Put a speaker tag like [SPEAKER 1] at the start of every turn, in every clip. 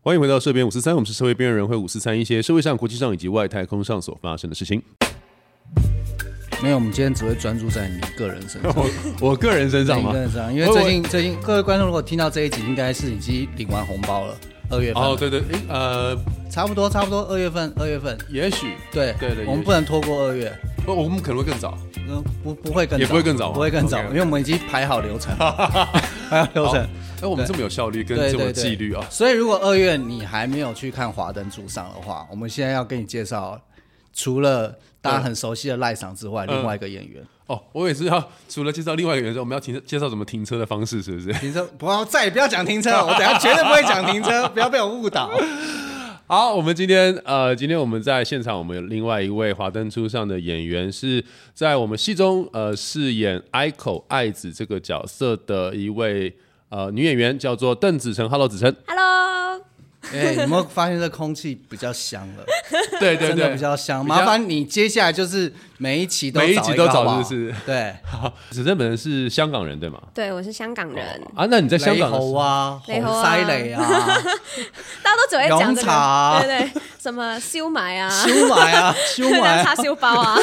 [SPEAKER 1] 欢迎回到社边五四三，我们是社会边缘人会五四三一些社会上、国际上以及外太空上所发生的事情。
[SPEAKER 2] 没有，我们今天只会专注在你个人 身上，
[SPEAKER 1] 我个人身
[SPEAKER 2] 在
[SPEAKER 1] 上
[SPEAKER 2] 你
[SPEAKER 1] 吗
[SPEAKER 2] 个？人身上，因为最近最近各位观众如果听到这一集，应该是已经领完红包了，二月份，
[SPEAKER 1] 哦，对对，诶呃，
[SPEAKER 2] 差不多差不多二月份，二月份，
[SPEAKER 1] 也许
[SPEAKER 2] 对
[SPEAKER 1] 对对
[SPEAKER 2] 我们不能拖过二月，
[SPEAKER 1] 不，我们可能会更早。
[SPEAKER 2] 嗯，不不会更
[SPEAKER 1] 也不会更早吗啊
[SPEAKER 2] 不会更早，
[SPEAKER 1] OK，OK
[SPEAKER 2] 因为我们已经排好流程，排好流
[SPEAKER 1] 好
[SPEAKER 2] 程。
[SPEAKER 1] 哎，我们这么有效率跟这么纪律啊！
[SPEAKER 2] 所以如果二月你还没有去看《华灯初上》的话，我们现在要跟你介绍，除了大家很熟悉的赖赏之外，
[SPEAKER 1] 嗯
[SPEAKER 2] 另外一个演员。
[SPEAKER 1] 哦，我也是要除了介绍另外一个原则，我们要停介绍怎么停车的方式，是不是？
[SPEAKER 2] 停车不要再也哎不要讲停车了，我等下绝对不会讲停 车，不要被我误导。
[SPEAKER 1] 好，我们今天呃，今天我们在现场，我们有另外一位《华灯初上》的演员，是在我们戏中呃饰演 Ico 爱子这个角色的一位呃女演员，叫做邓紫晨。Hello，紫 晨。
[SPEAKER 3] Hello，
[SPEAKER 2] 哎、有没有发现这空气比较香了？
[SPEAKER 1] 对对
[SPEAKER 2] 真的
[SPEAKER 1] 对，
[SPEAKER 2] 比较香。
[SPEAKER 1] 比较
[SPEAKER 2] 麻烦你接下来就是每一期都
[SPEAKER 1] 每一集都
[SPEAKER 2] 个好不
[SPEAKER 1] 找
[SPEAKER 2] 好
[SPEAKER 1] 是不是
[SPEAKER 2] 对，
[SPEAKER 1] 好。紫晨本人是香港人对吗？
[SPEAKER 3] 对我是香港人，
[SPEAKER 1] 啊，那你在香港
[SPEAKER 2] 雷
[SPEAKER 1] 的时
[SPEAKER 2] 猴
[SPEAKER 1] 候
[SPEAKER 2] 啊，
[SPEAKER 3] 雷猴
[SPEAKER 2] 红
[SPEAKER 3] 啊
[SPEAKER 2] 塞雷啊，
[SPEAKER 3] 大家都只会讲这
[SPEAKER 2] 浓茶啊
[SPEAKER 3] 个，对对，什么烧麦啊，
[SPEAKER 2] 修买啊， 修买、
[SPEAKER 3] 凉
[SPEAKER 2] 啊
[SPEAKER 3] 叉。烧包啊，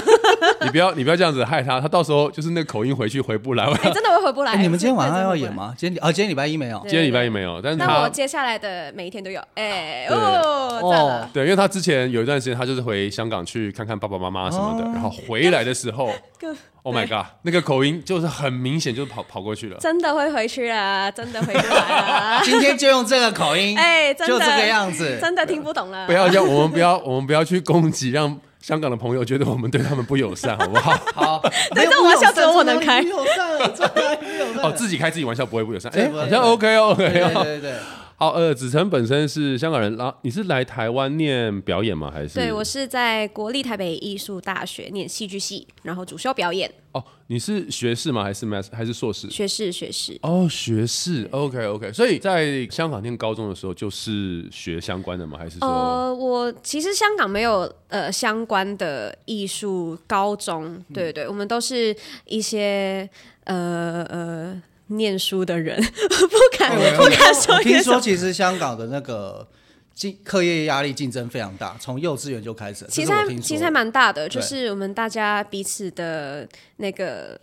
[SPEAKER 1] 你不要你不要这样子害他，他到时候就是那口音回去回不 来。
[SPEAKER 3] 哎，真的会回不来。
[SPEAKER 2] 哎你们今天晚上要
[SPEAKER 3] 真的回不来
[SPEAKER 2] 演？吗？今天哦，今天礼拜一没有。
[SPEAKER 3] 对
[SPEAKER 1] 今天礼拜一没有，但是
[SPEAKER 3] 但
[SPEAKER 1] 他
[SPEAKER 3] 我接下来的每一天都有，哎
[SPEAKER 1] 对
[SPEAKER 3] 哦，赞了，
[SPEAKER 1] 对，因为他之前有一段时间，他就是回香港去看看爸爸妈妈什
[SPEAKER 2] 哦
[SPEAKER 1] 么的，然后回来的时候
[SPEAKER 3] 更
[SPEAKER 1] ，Oh my god，那个口音就是很明显，就是跑跑过去了。
[SPEAKER 3] 真的会回去啦，真的回 不来了，
[SPEAKER 2] 今天就用这个口音，
[SPEAKER 3] 哎，真
[SPEAKER 2] 就
[SPEAKER 3] 的
[SPEAKER 2] 这个样子。
[SPEAKER 3] 真的听不懂了。
[SPEAKER 1] 不要这样，我们不要，我们不要去攻击，让香港的朋友觉得我们对他们不友善， 好不好？
[SPEAKER 2] 好，
[SPEAKER 3] 对这玩笑只有我能开
[SPEAKER 2] 没有不友善了真的没有
[SPEAKER 1] 哦，
[SPEAKER 2] 善了
[SPEAKER 1] 自己开自己玩笑不会不友善，
[SPEAKER 2] 这
[SPEAKER 1] 哎，
[SPEAKER 2] 不会
[SPEAKER 1] 好像 OK 哦 OK
[SPEAKER 2] 对对
[SPEAKER 1] 哦。
[SPEAKER 2] 对对，
[SPEAKER 1] 好，呃，子晨本身是香港人，然后你是来台湾念表演吗？还是？
[SPEAKER 3] 对，我是在国立台北艺术大学念戏剧系，然后主修表演，
[SPEAKER 1] 哦，你是学士吗？还是 mas 还是硕士？
[SPEAKER 3] 学士学士。
[SPEAKER 1] 哦，学士，OK OK，所以在香港念高中的时候就是学相关的吗？还是说？
[SPEAKER 3] 呃，我其实香港没有呃相关的艺术高中，
[SPEAKER 2] 嗯
[SPEAKER 3] 对对对，我们都是一些呃呃念书的人， 不敢
[SPEAKER 2] 哎我
[SPEAKER 3] 不敢说
[SPEAKER 2] 我
[SPEAKER 3] 也
[SPEAKER 2] 听
[SPEAKER 3] 说
[SPEAKER 2] 说。其实香港的那个竞课业压力竞争非常大，从幼稚园就开始了。
[SPEAKER 3] 其
[SPEAKER 2] 这
[SPEAKER 3] 实
[SPEAKER 2] 是我
[SPEAKER 3] 还
[SPEAKER 2] 听说
[SPEAKER 3] 其实还蛮大的，就
[SPEAKER 2] 对
[SPEAKER 3] 是我们大家彼此的那个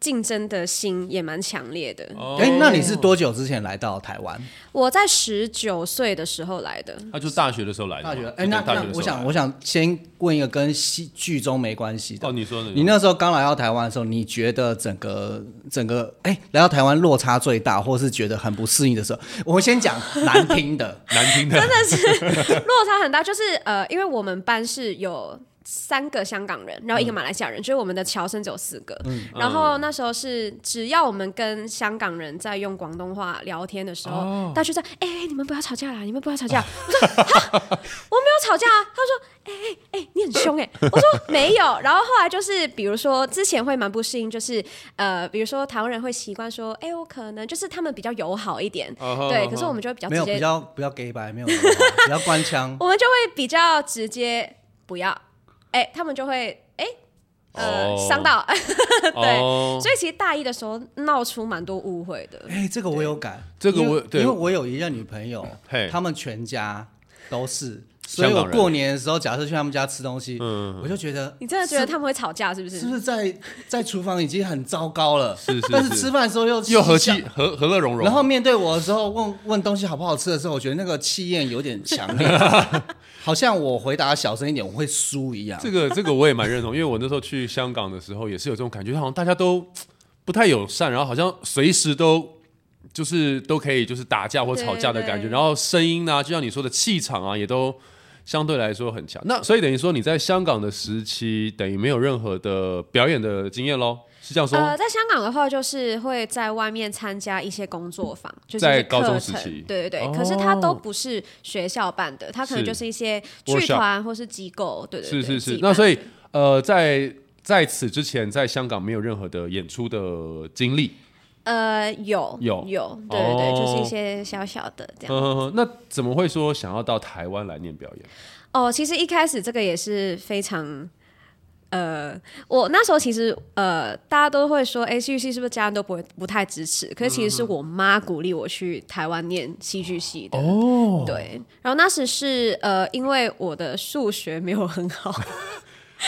[SPEAKER 3] 竞争的心也蛮强烈的。
[SPEAKER 1] 哦
[SPEAKER 2] 哎，那你是多久之前来到台湾？
[SPEAKER 3] 我在十九岁的时候来的，
[SPEAKER 1] 他就大学的时候来的嘛。
[SPEAKER 2] 大学
[SPEAKER 1] 就
[SPEAKER 2] 哎，那
[SPEAKER 1] 哦大学
[SPEAKER 2] 那
[SPEAKER 1] 的时候
[SPEAKER 2] 我想
[SPEAKER 1] 来
[SPEAKER 2] 我想先问一个跟戏剧中没关系的
[SPEAKER 1] 哦，。你说的，
[SPEAKER 2] 你那时候刚来到台湾的时候，你觉得整个整个哎、来到台湾落差最大，或是觉得很不适应的时候，我先讲难听
[SPEAKER 1] ，
[SPEAKER 2] 的
[SPEAKER 1] 难听的，真的
[SPEAKER 3] 落差很大，就是呃，因为我们班是有。三个香港人，然后一个马来西亚人，所以我们的侨生只有四个。然后那时候是，只要我们跟香港人在用广东话聊天的时候，他就在哎、哎你们不要吵架啦，你们不要吵架。我说哈我没有吵架啊。他说哎哎哎，你很凶哎、我说没有。然后后来就是，比如说之前会蛮不适应，就是呃，比如说台湾人会习惯说哎、我可能就是他们比较友好一点，
[SPEAKER 1] 哦
[SPEAKER 3] 对。可是我们就会比较
[SPEAKER 2] 没
[SPEAKER 3] 直
[SPEAKER 2] 有
[SPEAKER 3] 接
[SPEAKER 2] 比较比较 gay 白，没有那么好比较 官腔，
[SPEAKER 1] 哦
[SPEAKER 3] 我们就会比较直接，不要，哎、他们就会哎、呃
[SPEAKER 1] 哦
[SPEAKER 3] 伤 到，对
[SPEAKER 1] 哦，
[SPEAKER 3] 所以其实大一的时候闹出蛮多误会的。
[SPEAKER 2] 哎、这个我有感，
[SPEAKER 1] 这个
[SPEAKER 2] 因为
[SPEAKER 1] 我对
[SPEAKER 2] 因为我有一任女朋友
[SPEAKER 1] 嘿，
[SPEAKER 2] 他们全家都是，所
[SPEAKER 1] 香
[SPEAKER 2] 以
[SPEAKER 1] 港
[SPEAKER 2] 我
[SPEAKER 1] 人嗯
[SPEAKER 2] 过年的时候，假设去他们家吃东西，我就觉得
[SPEAKER 3] 你真的觉得
[SPEAKER 2] 是
[SPEAKER 3] 他们会吵架是不是？
[SPEAKER 2] 是不是在在厨房已经很糟糕了？
[SPEAKER 1] 是是
[SPEAKER 2] 但是
[SPEAKER 1] 是
[SPEAKER 2] 吃饭的时候又
[SPEAKER 1] 又和
[SPEAKER 2] 气
[SPEAKER 1] 气和和乐融融。
[SPEAKER 2] 然后面对我的时候，问问东西好不好吃的时候，我觉得那个气焰有点强 烈，好像我回答小声一点我会输一样。
[SPEAKER 1] 这个这个我也蛮认同，因为我那时候去香港的时候也是有这种感觉，好像大家都不太友善，然后好像随时都。就是都可以，就是打架或吵架的感觉，
[SPEAKER 3] 对对
[SPEAKER 1] 然后声音呢、就像你说的气场啊，也都相对来说很强。那所以等于说你在香港的时期，等于没有任何的表演的经验喽，是这样说吗？
[SPEAKER 3] 呃，在香港的话，就是会在外面参加一些工作坊，就是
[SPEAKER 1] 在
[SPEAKER 3] 一些课
[SPEAKER 1] 高中
[SPEAKER 3] 程
[SPEAKER 1] 时期
[SPEAKER 3] 对对对。
[SPEAKER 1] 哦
[SPEAKER 3] 可是它都不是学校办的，它可能
[SPEAKER 1] 是
[SPEAKER 3] 就是一些
[SPEAKER 1] Workshop
[SPEAKER 3] 剧团或是机构，对对对，
[SPEAKER 1] 是是是
[SPEAKER 3] 自己。办
[SPEAKER 1] 那所以呃，在在此之前，在香港没有任何的演出的经历。
[SPEAKER 3] 呃有
[SPEAKER 1] 有
[SPEAKER 3] 有，对对对，
[SPEAKER 1] 哦
[SPEAKER 3] 就是一些小小的这样。
[SPEAKER 1] 嗯、哼，那怎么会说想要到台湾来念表演？
[SPEAKER 3] 哦，其实一开始这个也是非常呃，我那时候其实呃，大家都会说，哎、戏剧系是不是家人都不会不太支持？可是其实是我妈鼓励我去台湾念戏剧系的。
[SPEAKER 1] 哦，
[SPEAKER 3] 对，然后那时是呃，因为我的数学没有很好，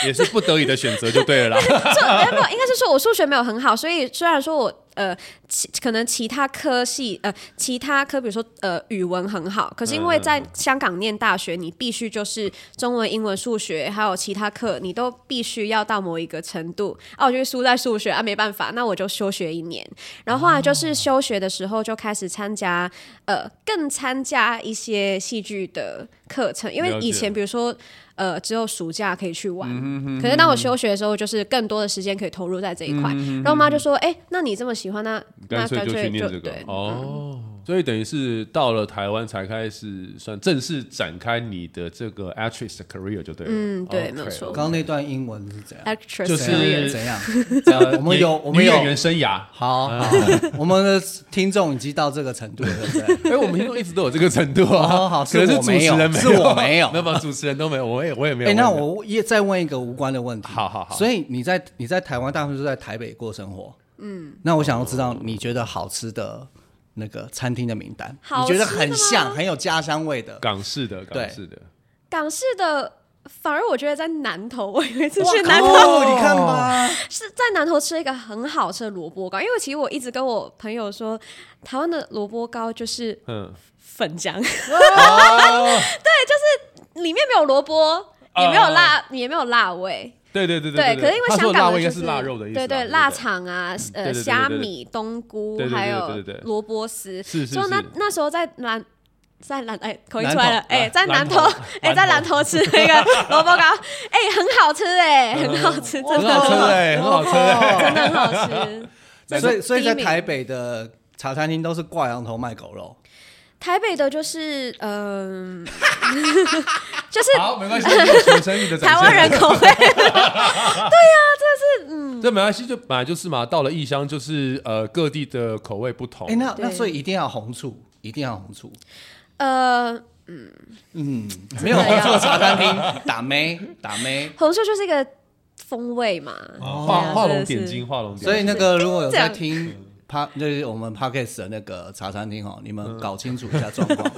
[SPEAKER 1] 也是不得已的选择就对了 啦。
[SPEAKER 3] 就没有，没有应该是说我数学没有很好，所以虽然说我呃其可能其他科系呃其他科比如说呃语文很好，可是因为在香港念大学，你必须就是中文、英文、数学还有其他课，你都必须要到某一个程度。啊，我就输在数学啊，没办法，那我就休学一年。然后后来就是休学的时候就开始参加呃更参加一些戏剧的课程，因为
[SPEAKER 1] 了解
[SPEAKER 3] 以前比如说。呃，只有暑假可以去
[SPEAKER 1] 嗯
[SPEAKER 3] 玩。可是当我休学的时候，就是更多的时间可以投入在这一
[SPEAKER 1] 嗯
[SPEAKER 3] 块。然后我妈就说：“哎、那你这么喜欢，那那
[SPEAKER 1] 干脆
[SPEAKER 3] 干
[SPEAKER 1] 就
[SPEAKER 3] 脆
[SPEAKER 1] 去念
[SPEAKER 3] 就
[SPEAKER 1] 这个
[SPEAKER 3] 对。嗯
[SPEAKER 1] 哦。所以等于是到了台湾才开始算正式展开你的这个 actress 的 career 就对了。
[SPEAKER 3] 嗯对
[SPEAKER 1] OK，哦
[SPEAKER 3] 没有错
[SPEAKER 2] 刚刚那段英文是怎样？
[SPEAKER 3] ”Actress
[SPEAKER 1] 就
[SPEAKER 2] 怎样
[SPEAKER 1] 是
[SPEAKER 2] 怎样？怎样 我们有我们
[SPEAKER 1] 女
[SPEAKER 2] 有
[SPEAKER 1] 演员生涯。
[SPEAKER 2] 好，
[SPEAKER 1] 啊
[SPEAKER 2] 好我们的听众已经到这个程度了，对不对？
[SPEAKER 1] 哎，我们听众一直都有这个程度啊，
[SPEAKER 2] 哦 好是
[SPEAKER 1] 可能是
[SPEAKER 2] 我
[SPEAKER 1] 主
[SPEAKER 2] 没
[SPEAKER 1] 持
[SPEAKER 2] 有
[SPEAKER 1] 人
[SPEAKER 2] 是我没 有
[SPEAKER 1] 没有没有，主持人都没有，我也我也没有。
[SPEAKER 2] 哎、那
[SPEAKER 1] 也没有
[SPEAKER 2] 我也再问一个无关的问题。
[SPEAKER 1] 好好好
[SPEAKER 2] 所以你在你在台湾大部分是在台北过生活，嗯。那我想要知道你觉得好吃的那个餐厅的名单，
[SPEAKER 3] 好
[SPEAKER 2] 你
[SPEAKER 3] 吃
[SPEAKER 2] 觉
[SPEAKER 3] 的
[SPEAKER 2] 得
[SPEAKER 3] 吗
[SPEAKER 2] 很像很有家乡味的。
[SPEAKER 1] 港式的港
[SPEAKER 2] 对
[SPEAKER 1] 式的，
[SPEAKER 3] 港式的。反而我觉得在南投，我有一次
[SPEAKER 2] 哇
[SPEAKER 3] 去南投，
[SPEAKER 2] 哦，你看吧，
[SPEAKER 3] 是在南投吃了一个很好吃的萝卜糕，因为其实我一直跟我朋友说，台湾的萝卜糕就是
[SPEAKER 1] 嗯，
[SPEAKER 3] 粉 浆，
[SPEAKER 1] 哦
[SPEAKER 3] 里面没有萝卜，也没有辣，也没有辣味。
[SPEAKER 1] 对对对对。
[SPEAKER 3] 对，可是因为
[SPEAKER 1] 他
[SPEAKER 3] 香
[SPEAKER 1] 说
[SPEAKER 3] 港
[SPEAKER 1] 辣
[SPEAKER 3] 的
[SPEAKER 1] 味应
[SPEAKER 3] 就
[SPEAKER 1] 该是腊肉的意思啊，
[SPEAKER 3] 对对，
[SPEAKER 1] 不
[SPEAKER 3] 腊肠啊，
[SPEAKER 1] 对
[SPEAKER 3] 呃，
[SPEAKER 1] 对对对
[SPEAKER 3] 虾
[SPEAKER 1] 对
[SPEAKER 3] 米、冬菇
[SPEAKER 1] 对对，对
[SPEAKER 3] 还有
[SPEAKER 1] 对对对
[SPEAKER 3] 萝卜丝，
[SPEAKER 1] 是是啊
[SPEAKER 3] 就是那那时候在南。在南哎，口音
[SPEAKER 2] 南
[SPEAKER 3] 出来了
[SPEAKER 2] 投
[SPEAKER 3] 哎，在
[SPEAKER 1] 南
[SPEAKER 3] 南
[SPEAKER 1] 投
[SPEAKER 3] 头哎，在南头吃那个 萝卜糕哎，很好吃哎，很好吃，真
[SPEAKER 1] 嗯很
[SPEAKER 3] 的
[SPEAKER 1] 好吃哎，很好吃哎。
[SPEAKER 3] 真的很好吃。
[SPEAKER 2] 哦所以所以在
[SPEAKER 3] 第一名
[SPEAKER 2] 台北的茶餐厅都是挂羊头卖狗肉，
[SPEAKER 3] 台北的就是嗯， 就是
[SPEAKER 1] 好，没关系，这是求生欲的展现
[SPEAKER 3] 台湾人口味，
[SPEAKER 1] 这没关系，就本来就是嘛。到了异乡，就是呃各地的口味不同。
[SPEAKER 2] 哎、那那
[SPEAKER 3] 对
[SPEAKER 2] 所以一定要红醋，一定要红醋，
[SPEAKER 3] 呃，
[SPEAKER 2] 嗯，没有红醋的茶餐厅打妹打妹，
[SPEAKER 3] 红树就是一个风味嘛，对
[SPEAKER 1] 画
[SPEAKER 3] 啊
[SPEAKER 1] 画
[SPEAKER 3] 真
[SPEAKER 1] 哦龙
[SPEAKER 3] 的是
[SPEAKER 1] 点睛，画龙点睛。
[SPEAKER 2] 所以那个如果有
[SPEAKER 3] 这样
[SPEAKER 2] 在听
[SPEAKER 1] 嗯
[SPEAKER 2] p 就是我们 podcast 的那个茶餐厅哦，你们搞清楚一下状 况，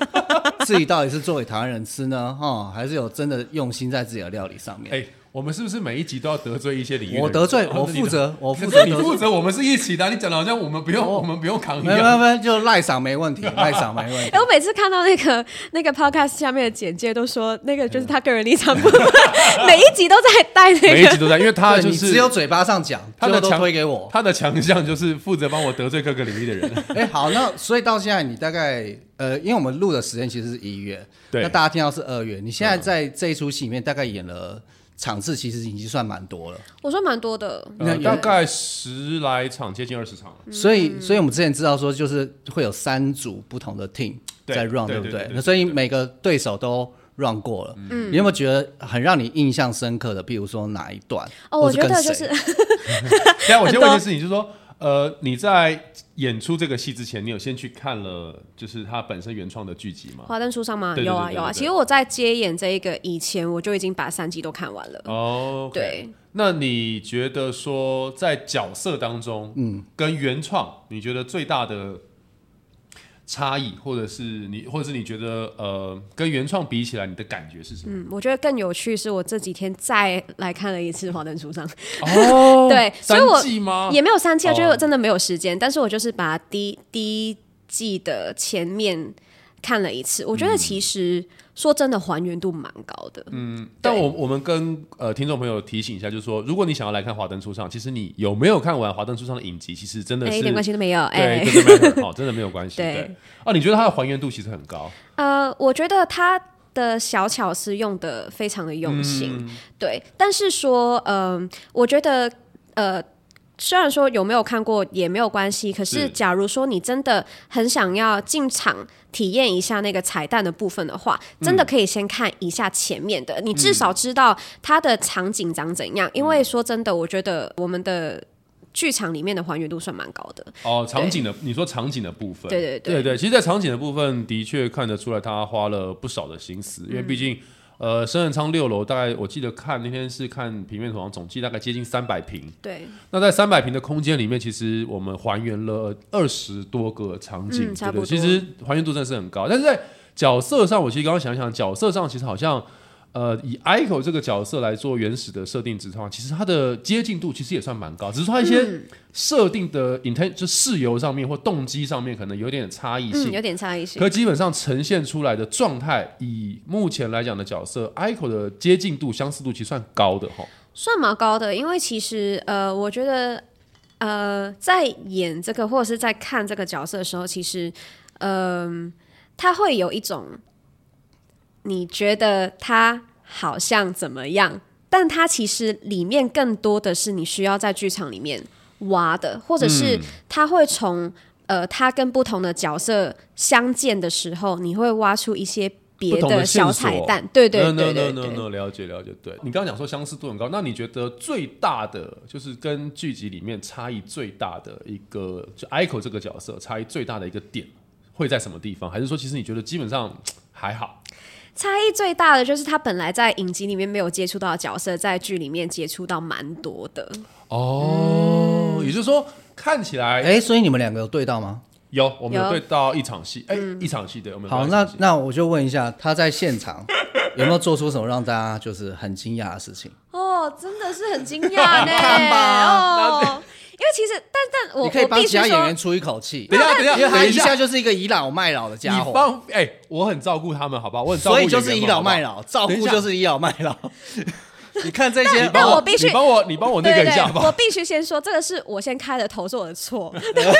[SPEAKER 2] 自己到底是做给台湾人吃呢，哈，还是有真的用心在自己的料理上面？
[SPEAKER 1] 哎，我们是不是每一集都要得罪一些领域的人？
[SPEAKER 2] 我得罪，
[SPEAKER 1] 哦
[SPEAKER 2] 我
[SPEAKER 1] 那你
[SPEAKER 2] 负责，我负
[SPEAKER 1] 负
[SPEAKER 2] 责
[SPEAKER 1] 责，
[SPEAKER 2] 得
[SPEAKER 1] 你
[SPEAKER 2] 罪。哦
[SPEAKER 1] 负责，我们是一起的啊。你讲的好像我们不用，我们不用扛一
[SPEAKER 2] 没有
[SPEAKER 1] 样。
[SPEAKER 2] 没有没有，就赖嗓没问题， 赖嗓没问题
[SPEAKER 3] 哎、。我每次看到那个那个 podcast 下面的简介，都说那个就是他个人立场不分， 每一集都在带那
[SPEAKER 1] 嗯每一集
[SPEAKER 3] 个。
[SPEAKER 1] 都在，因为他
[SPEAKER 2] 对
[SPEAKER 1] 就
[SPEAKER 2] 你
[SPEAKER 1] 是
[SPEAKER 2] 只有嘴巴上讲，
[SPEAKER 1] 他的
[SPEAKER 2] 最后都
[SPEAKER 1] 强
[SPEAKER 2] 推给我。
[SPEAKER 1] 他的强项就是负责帮我得罪各个领域的 人。
[SPEAKER 2] 哎、好，那所以到现在你大概呃，因为我们录的时间其实是一月，
[SPEAKER 1] 对嗯
[SPEAKER 2] 那大家听到是二月，你现在在这一出戏里面大概演了场次，其实已经算蛮多了。
[SPEAKER 3] 我说蛮多的，
[SPEAKER 1] 呃大概十来场，接近二十场了。
[SPEAKER 2] 所
[SPEAKER 3] 嗯
[SPEAKER 2] 以，所以我们之前知道说，就是会有三组不同的 team
[SPEAKER 1] 对
[SPEAKER 2] 在 run，
[SPEAKER 1] 对
[SPEAKER 2] 不
[SPEAKER 1] 对对对
[SPEAKER 2] 那所以每个对手都 run 过了。嗯，你有没有觉得很让你印象深刻的？比如说哪一段？
[SPEAKER 3] 哦，
[SPEAKER 2] 或
[SPEAKER 3] 我
[SPEAKER 2] 是
[SPEAKER 3] 觉
[SPEAKER 2] 跟
[SPEAKER 3] 得就
[SPEAKER 2] 谁
[SPEAKER 3] 是
[SPEAKER 1] 等一啊下我先问
[SPEAKER 3] 很多
[SPEAKER 1] 一件事情，就是说，呃，你在演出这个戏之前，你有先去看了就是他本身原创的剧集吗？
[SPEAKER 3] 华灯初上吗？
[SPEAKER 1] 对对
[SPEAKER 3] 有
[SPEAKER 1] 对
[SPEAKER 3] 啊
[SPEAKER 1] 对
[SPEAKER 3] 有啊。
[SPEAKER 1] 对对
[SPEAKER 3] 其实我在接演这一个以前，我就已经把三集都看完了。
[SPEAKER 1] 哦，
[SPEAKER 3] 对。
[SPEAKER 1] 那你觉得说在角色当中，嗯，跟原创，你觉得最大的差异，或者是你，或者是你觉得呃，跟原创比起来，你的感觉是什么？
[SPEAKER 3] 嗯，我觉得更有趣是我这几天再来看了一次《华灯初上》
[SPEAKER 1] 哦
[SPEAKER 3] 嗯 对所以
[SPEAKER 1] 三
[SPEAKER 3] 我
[SPEAKER 1] 季吗？
[SPEAKER 3] 也没有三季，我觉
[SPEAKER 1] 哦
[SPEAKER 3] 得真的没有时间，但是我就是把第一第一季的前面看了一次，我
[SPEAKER 1] 嗯
[SPEAKER 3] 觉得其实说真的还原度蛮高的，嗯，
[SPEAKER 1] 但我我们跟呃听众朋友提醒一下，就是说，如果你想要来看《华灯初上》，其实你有没有看完《华灯初上》的影集，其实真的
[SPEAKER 3] 哎
[SPEAKER 1] 是
[SPEAKER 3] 一点关系都没有，哎
[SPEAKER 1] 对，，真的没有，哦，真的没有 关系。
[SPEAKER 3] 对
[SPEAKER 1] 对，哦，你觉得它的还原度其实很高，
[SPEAKER 3] 呃，我觉得他的小巧思用的非常的用心，对。但是说，嗯、我觉得，呃，虽然说有没有看过也没有关系，可
[SPEAKER 1] 是
[SPEAKER 3] 是假如说你真的很想要进场体验一下那个彩蛋的部分的话，真的可以先看一下前面的，你至少知道它的场景长怎样。因为说真的，我觉得我们的。剧场里面的还原度算蛮高的，
[SPEAKER 1] 哦，场景的，你说场景的部分，
[SPEAKER 3] 对
[SPEAKER 1] 对
[SPEAKER 3] 对对嗯
[SPEAKER 1] 对其实，在场景的部分的确看得出来，他花了不少的心思，因为毕竟。呃，深恒昌六楼大概我记得看那天是看平面图，好像总计大概接近三百平。
[SPEAKER 3] 对，
[SPEAKER 1] 那在三百平的空间里面，其实我们还原了二十多个场景，
[SPEAKER 3] 嗯
[SPEAKER 1] 对
[SPEAKER 3] 差
[SPEAKER 1] 不
[SPEAKER 3] 不
[SPEAKER 1] 对？
[SPEAKER 3] 多
[SPEAKER 1] 其实还原度真的是很高。但是在角色上，我其实刚刚想一想，角色上其实好像，呃，以 Ico 这个角色来做原始的设定值的话，其实它的接近度其实也算蛮高，只是说它一些
[SPEAKER 3] 嗯
[SPEAKER 1] 设定的 intent 就事由上面或动机上面可能有点差异性。
[SPEAKER 3] 嗯，有点差异性
[SPEAKER 1] 可。基本上呈现出来的状态，以目前来讲的角色，Ico 的接近度、相似度其实算高的哈。
[SPEAKER 3] 算蛮高的，因为其实呃，我觉得呃，在演这个或者是在看这个角色的时候，其实嗯、他会有一种你觉得他好像怎么样，但他其实里面更多的是你需要在剧场里面挖的，或者是
[SPEAKER 1] 嗯
[SPEAKER 3] 他会从。呃，他跟不同的角色相见的时候，你会挖出一些别
[SPEAKER 1] 不同的线
[SPEAKER 3] 小彩
[SPEAKER 1] 索
[SPEAKER 3] 蛋，对对
[SPEAKER 1] no,
[SPEAKER 3] 对
[SPEAKER 1] no,
[SPEAKER 3] 对
[SPEAKER 1] no,
[SPEAKER 3] 对
[SPEAKER 1] no, no, 了解了解。对你刚刚讲说相似度很高，那你觉得最大的就是跟剧集里面差异最大的一个，就 Ico 这个角色差异最大的一个点会在什么地方？还是说其实你觉得基本上嘖还好？
[SPEAKER 3] 差异最大的就是他本来在影集里面没有接触到的角色，在剧里面接触到蛮多的。
[SPEAKER 1] 哦，也就是说看起来、
[SPEAKER 2] 哎，所以你们两个有对到吗？
[SPEAKER 1] 有我们有
[SPEAKER 3] 有嗯
[SPEAKER 1] 对到一场戏，哎、一场戏对，我们有
[SPEAKER 2] 好，
[SPEAKER 1] 对到一
[SPEAKER 2] 那
[SPEAKER 1] 场戏
[SPEAKER 2] 那我就问一下，他在现场有没有做出什么让大家就是很惊讶的事情？
[SPEAKER 3] 哦，真的是很惊讶呢。
[SPEAKER 2] 看吧
[SPEAKER 3] 哦，因为其实，但但我
[SPEAKER 2] 你可以
[SPEAKER 3] 我
[SPEAKER 2] 帮
[SPEAKER 3] 必
[SPEAKER 2] 其
[SPEAKER 3] 须
[SPEAKER 2] 他演
[SPEAKER 3] 说
[SPEAKER 2] 员，出一口气，
[SPEAKER 1] 等一下，等一下，
[SPEAKER 2] 因为他
[SPEAKER 1] 等
[SPEAKER 2] 一
[SPEAKER 1] 一
[SPEAKER 2] 下
[SPEAKER 1] 下，
[SPEAKER 2] 就是一个倚老卖老的
[SPEAKER 1] 你
[SPEAKER 2] 家伙，
[SPEAKER 1] 帮哎、我很照顾他们，好不好？我很照顾
[SPEAKER 2] 所以
[SPEAKER 1] 演员
[SPEAKER 2] 就
[SPEAKER 1] 们，
[SPEAKER 2] 是倚老卖
[SPEAKER 1] 好
[SPEAKER 2] 老，照
[SPEAKER 1] 等一
[SPEAKER 2] 顾
[SPEAKER 1] 下
[SPEAKER 2] 就是倚老卖 老。你看这些，
[SPEAKER 1] 不好。
[SPEAKER 3] 但
[SPEAKER 1] 帮
[SPEAKER 3] 我必须
[SPEAKER 1] 你帮我，你帮我那
[SPEAKER 3] 对
[SPEAKER 1] 个
[SPEAKER 3] 对
[SPEAKER 1] 一
[SPEAKER 3] 对
[SPEAKER 1] 下，好不，好
[SPEAKER 3] 我？必须先说，这个是我先开的头，是我的错。 因为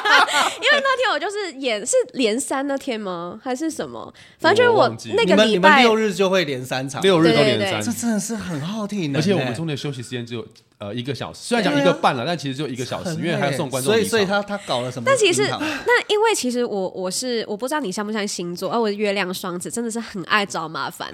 [SPEAKER 3] 那天我就是演是连三那天吗？还是什么？反正就是
[SPEAKER 1] 我
[SPEAKER 3] 我
[SPEAKER 1] 忘记
[SPEAKER 3] 那
[SPEAKER 2] 你
[SPEAKER 3] 个
[SPEAKER 2] 们
[SPEAKER 3] 礼
[SPEAKER 2] 你们
[SPEAKER 3] 拜
[SPEAKER 2] 六日就会连三场，
[SPEAKER 1] 六日都
[SPEAKER 3] 对对
[SPEAKER 1] 连
[SPEAKER 3] 对
[SPEAKER 1] 三
[SPEAKER 2] 这，真的是很耗体能欸，
[SPEAKER 1] 而且我们中间休息时间只有呃一个小时，虽然讲一个半了，但其实只有一个小时，
[SPEAKER 2] 啊很
[SPEAKER 1] 因
[SPEAKER 2] 累
[SPEAKER 1] 为还要送观众
[SPEAKER 2] 所
[SPEAKER 1] 离
[SPEAKER 2] 以
[SPEAKER 1] 场。
[SPEAKER 2] 所以他他搞了什么？
[SPEAKER 3] 但其实，
[SPEAKER 2] 场
[SPEAKER 3] 那因为其实我我是我不知道你相不相信星座，而啊我月亮双子真的是很爱找麻烦，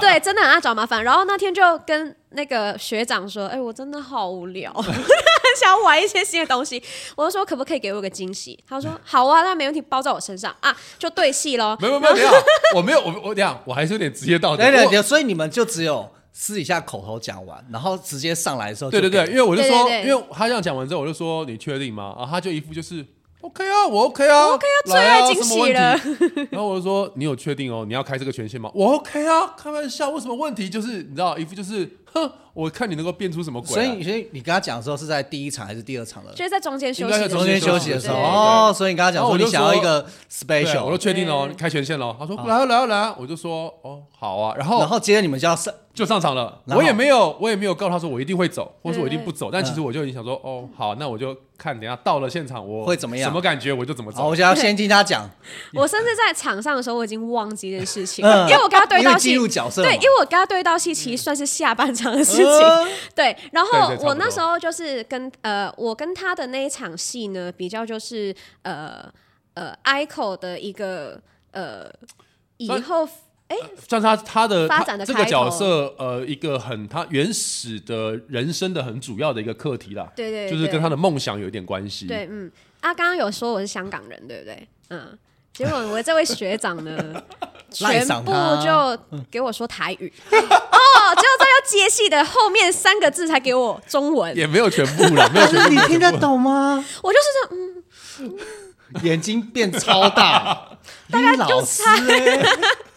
[SPEAKER 3] 对，真的很爱找麻烦。然后那天就跟那个学长说，哎、我真的好无聊， 想玩一些新的东西。我就说可不可以给我个惊喜？他说好啊，那没问题，包在我身上啊，就对戏喽。
[SPEAKER 1] 没有没有没有，我没有我我等一下我还是有点职业道德。
[SPEAKER 2] 对对
[SPEAKER 1] 我
[SPEAKER 2] 对，所以你们就只有私底下口头讲完，然后直接上来的时候就
[SPEAKER 1] 对
[SPEAKER 2] 给，
[SPEAKER 1] 对对，因为我就说，
[SPEAKER 3] 对对对
[SPEAKER 1] 因为他这样讲完之后，我就说你确定吗？啊，他就一副就是 OK 啊，我 OK 啊，
[SPEAKER 3] 我 OK 啊
[SPEAKER 1] 来啊，
[SPEAKER 3] 最爱惊喜了
[SPEAKER 1] 什么问题。 然后我就说你有确定哦，你要开这个权限吗？我 OK 啊，开玩笑，有什么问题？就是你知道，一副就是哼，我看你能够变出什么鬼啊
[SPEAKER 2] 所
[SPEAKER 1] 来。
[SPEAKER 2] 以所以你跟他讲的时候是在第一场还是第二场的？
[SPEAKER 3] 就是在中间休
[SPEAKER 1] 应该
[SPEAKER 3] 息的
[SPEAKER 1] 在
[SPEAKER 3] 时候，
[SPEAKER 2] 中间休息的时候
[SPEAKER 1] 对对
[SPEAKER 3] 对
[SPEAKER 2] 哦，所以你跟他
[SPEAKER 1] 然
[SPEAKER 2] 讲
[SPEAKER 1] 后
[SPEAKER 2] 说
[SPEAKER 1] 我
[SPEAKER 2] 你
[SPEAKER 1] 就
[SPEAKER 2] 想要一个
[SPEAKER 1] 对，我
[SPEAKER 2] special，
[SPEAKER 1] 都确定了哦，开权限了。他说
[SPEAKER 2] 嗯
[SPEAKER 1] 来啊来啊来啊，我就说哦好啊，然后
[SPEAKER 2] 然后接着你们就要上，
[SPEAKER 1] 就上场了。
[SPEAKER 2] 然后
[SPEAKER 1] 我也没有，我也没有告诉他说我一定会走，或者说我一定不走。但
[SPEAKER 2] 嗯
[SPEAKER 1] 其实我就已经想说，哦，好，那我就看等一下到了现场我
[SPEAKER 2] 会怎么样哦
[SPEAKER 1] 什么感觉我就怎么
[SPEAKER 2] 好，
[SPEAKER 1] 走
[SPEAKER 2] 我。就要先听他讲，
[SPEAKER 3] 我甚至在场上的时候，我已经忘记这件事情，
[SPEAKER 2] 嗯
[SPEAKER 3] 因为我跟他对
[SPEAKER 2] 因为
[SPEAKER 3] 到
[SPEAKER 2] 进
[SPEAKER 3] 戏，
[SPEAKER 2] 入角色了
[SPEAKER 3] 对，
[SPEAKER 2] 嘛
[SPEAKER 3] 因为我跟他对到戏，其实算是下半场的事情。
[SPEAKER 2] 嗯
[SPEAKER 3] 对，然
[SPEAKER 1] 对对差
[SPEAKER 3] 后
[SPEAKER 1] 不多
[SPEAKER 3] 我那时候就是跟呃，我跟他的那一场戏呢，比较就是呃呃，ICO 的一个呃以
[SPEAKER 1] 算
[SPEAKER 3] 后
[SPEAKER 1] 像他他的
[SPEAKER 3] 发
[SPEAKER 1] 他
[SPEAKER 3] 展的
[SPEAKER 1] 这
[SPEAKER 3] 开
[SPEAKER 1] 个
[SPEAKER 3] 头
[SPEAKER 1] 角色，呃，一个很他原始的人生的很主要的一个课题啦，
[SPEAKER 3] 对对对
[SPEAKER 1] 就是跟他的梦想有一点关系。
[SPEAKER 3] 对嗯啊，刚刚有说我是香港人，对不对？嗯，结果我这位学长 呢。
[SPEAKER 2] 赖
[SPEAKER 3] 全
[SPEAKER 2] 嗓
[SPEAKER 3] 部
[SPEAKER 2] 他
[SPEAKER 3] 就给我说台语 哦，结果在要接戏的后面三个字才给我中 文，
[SPEAKER 1] 也没有全部 啦，没有全
[SPEAKER 2] 那
[SPEAKER 1] 部。呃
[SPEAKER 2] 你听得懂吗？
[SPEAKER 3] 我就是这样，嗯
[SPEAKER 2] 眼睛变超 大，大概老师欸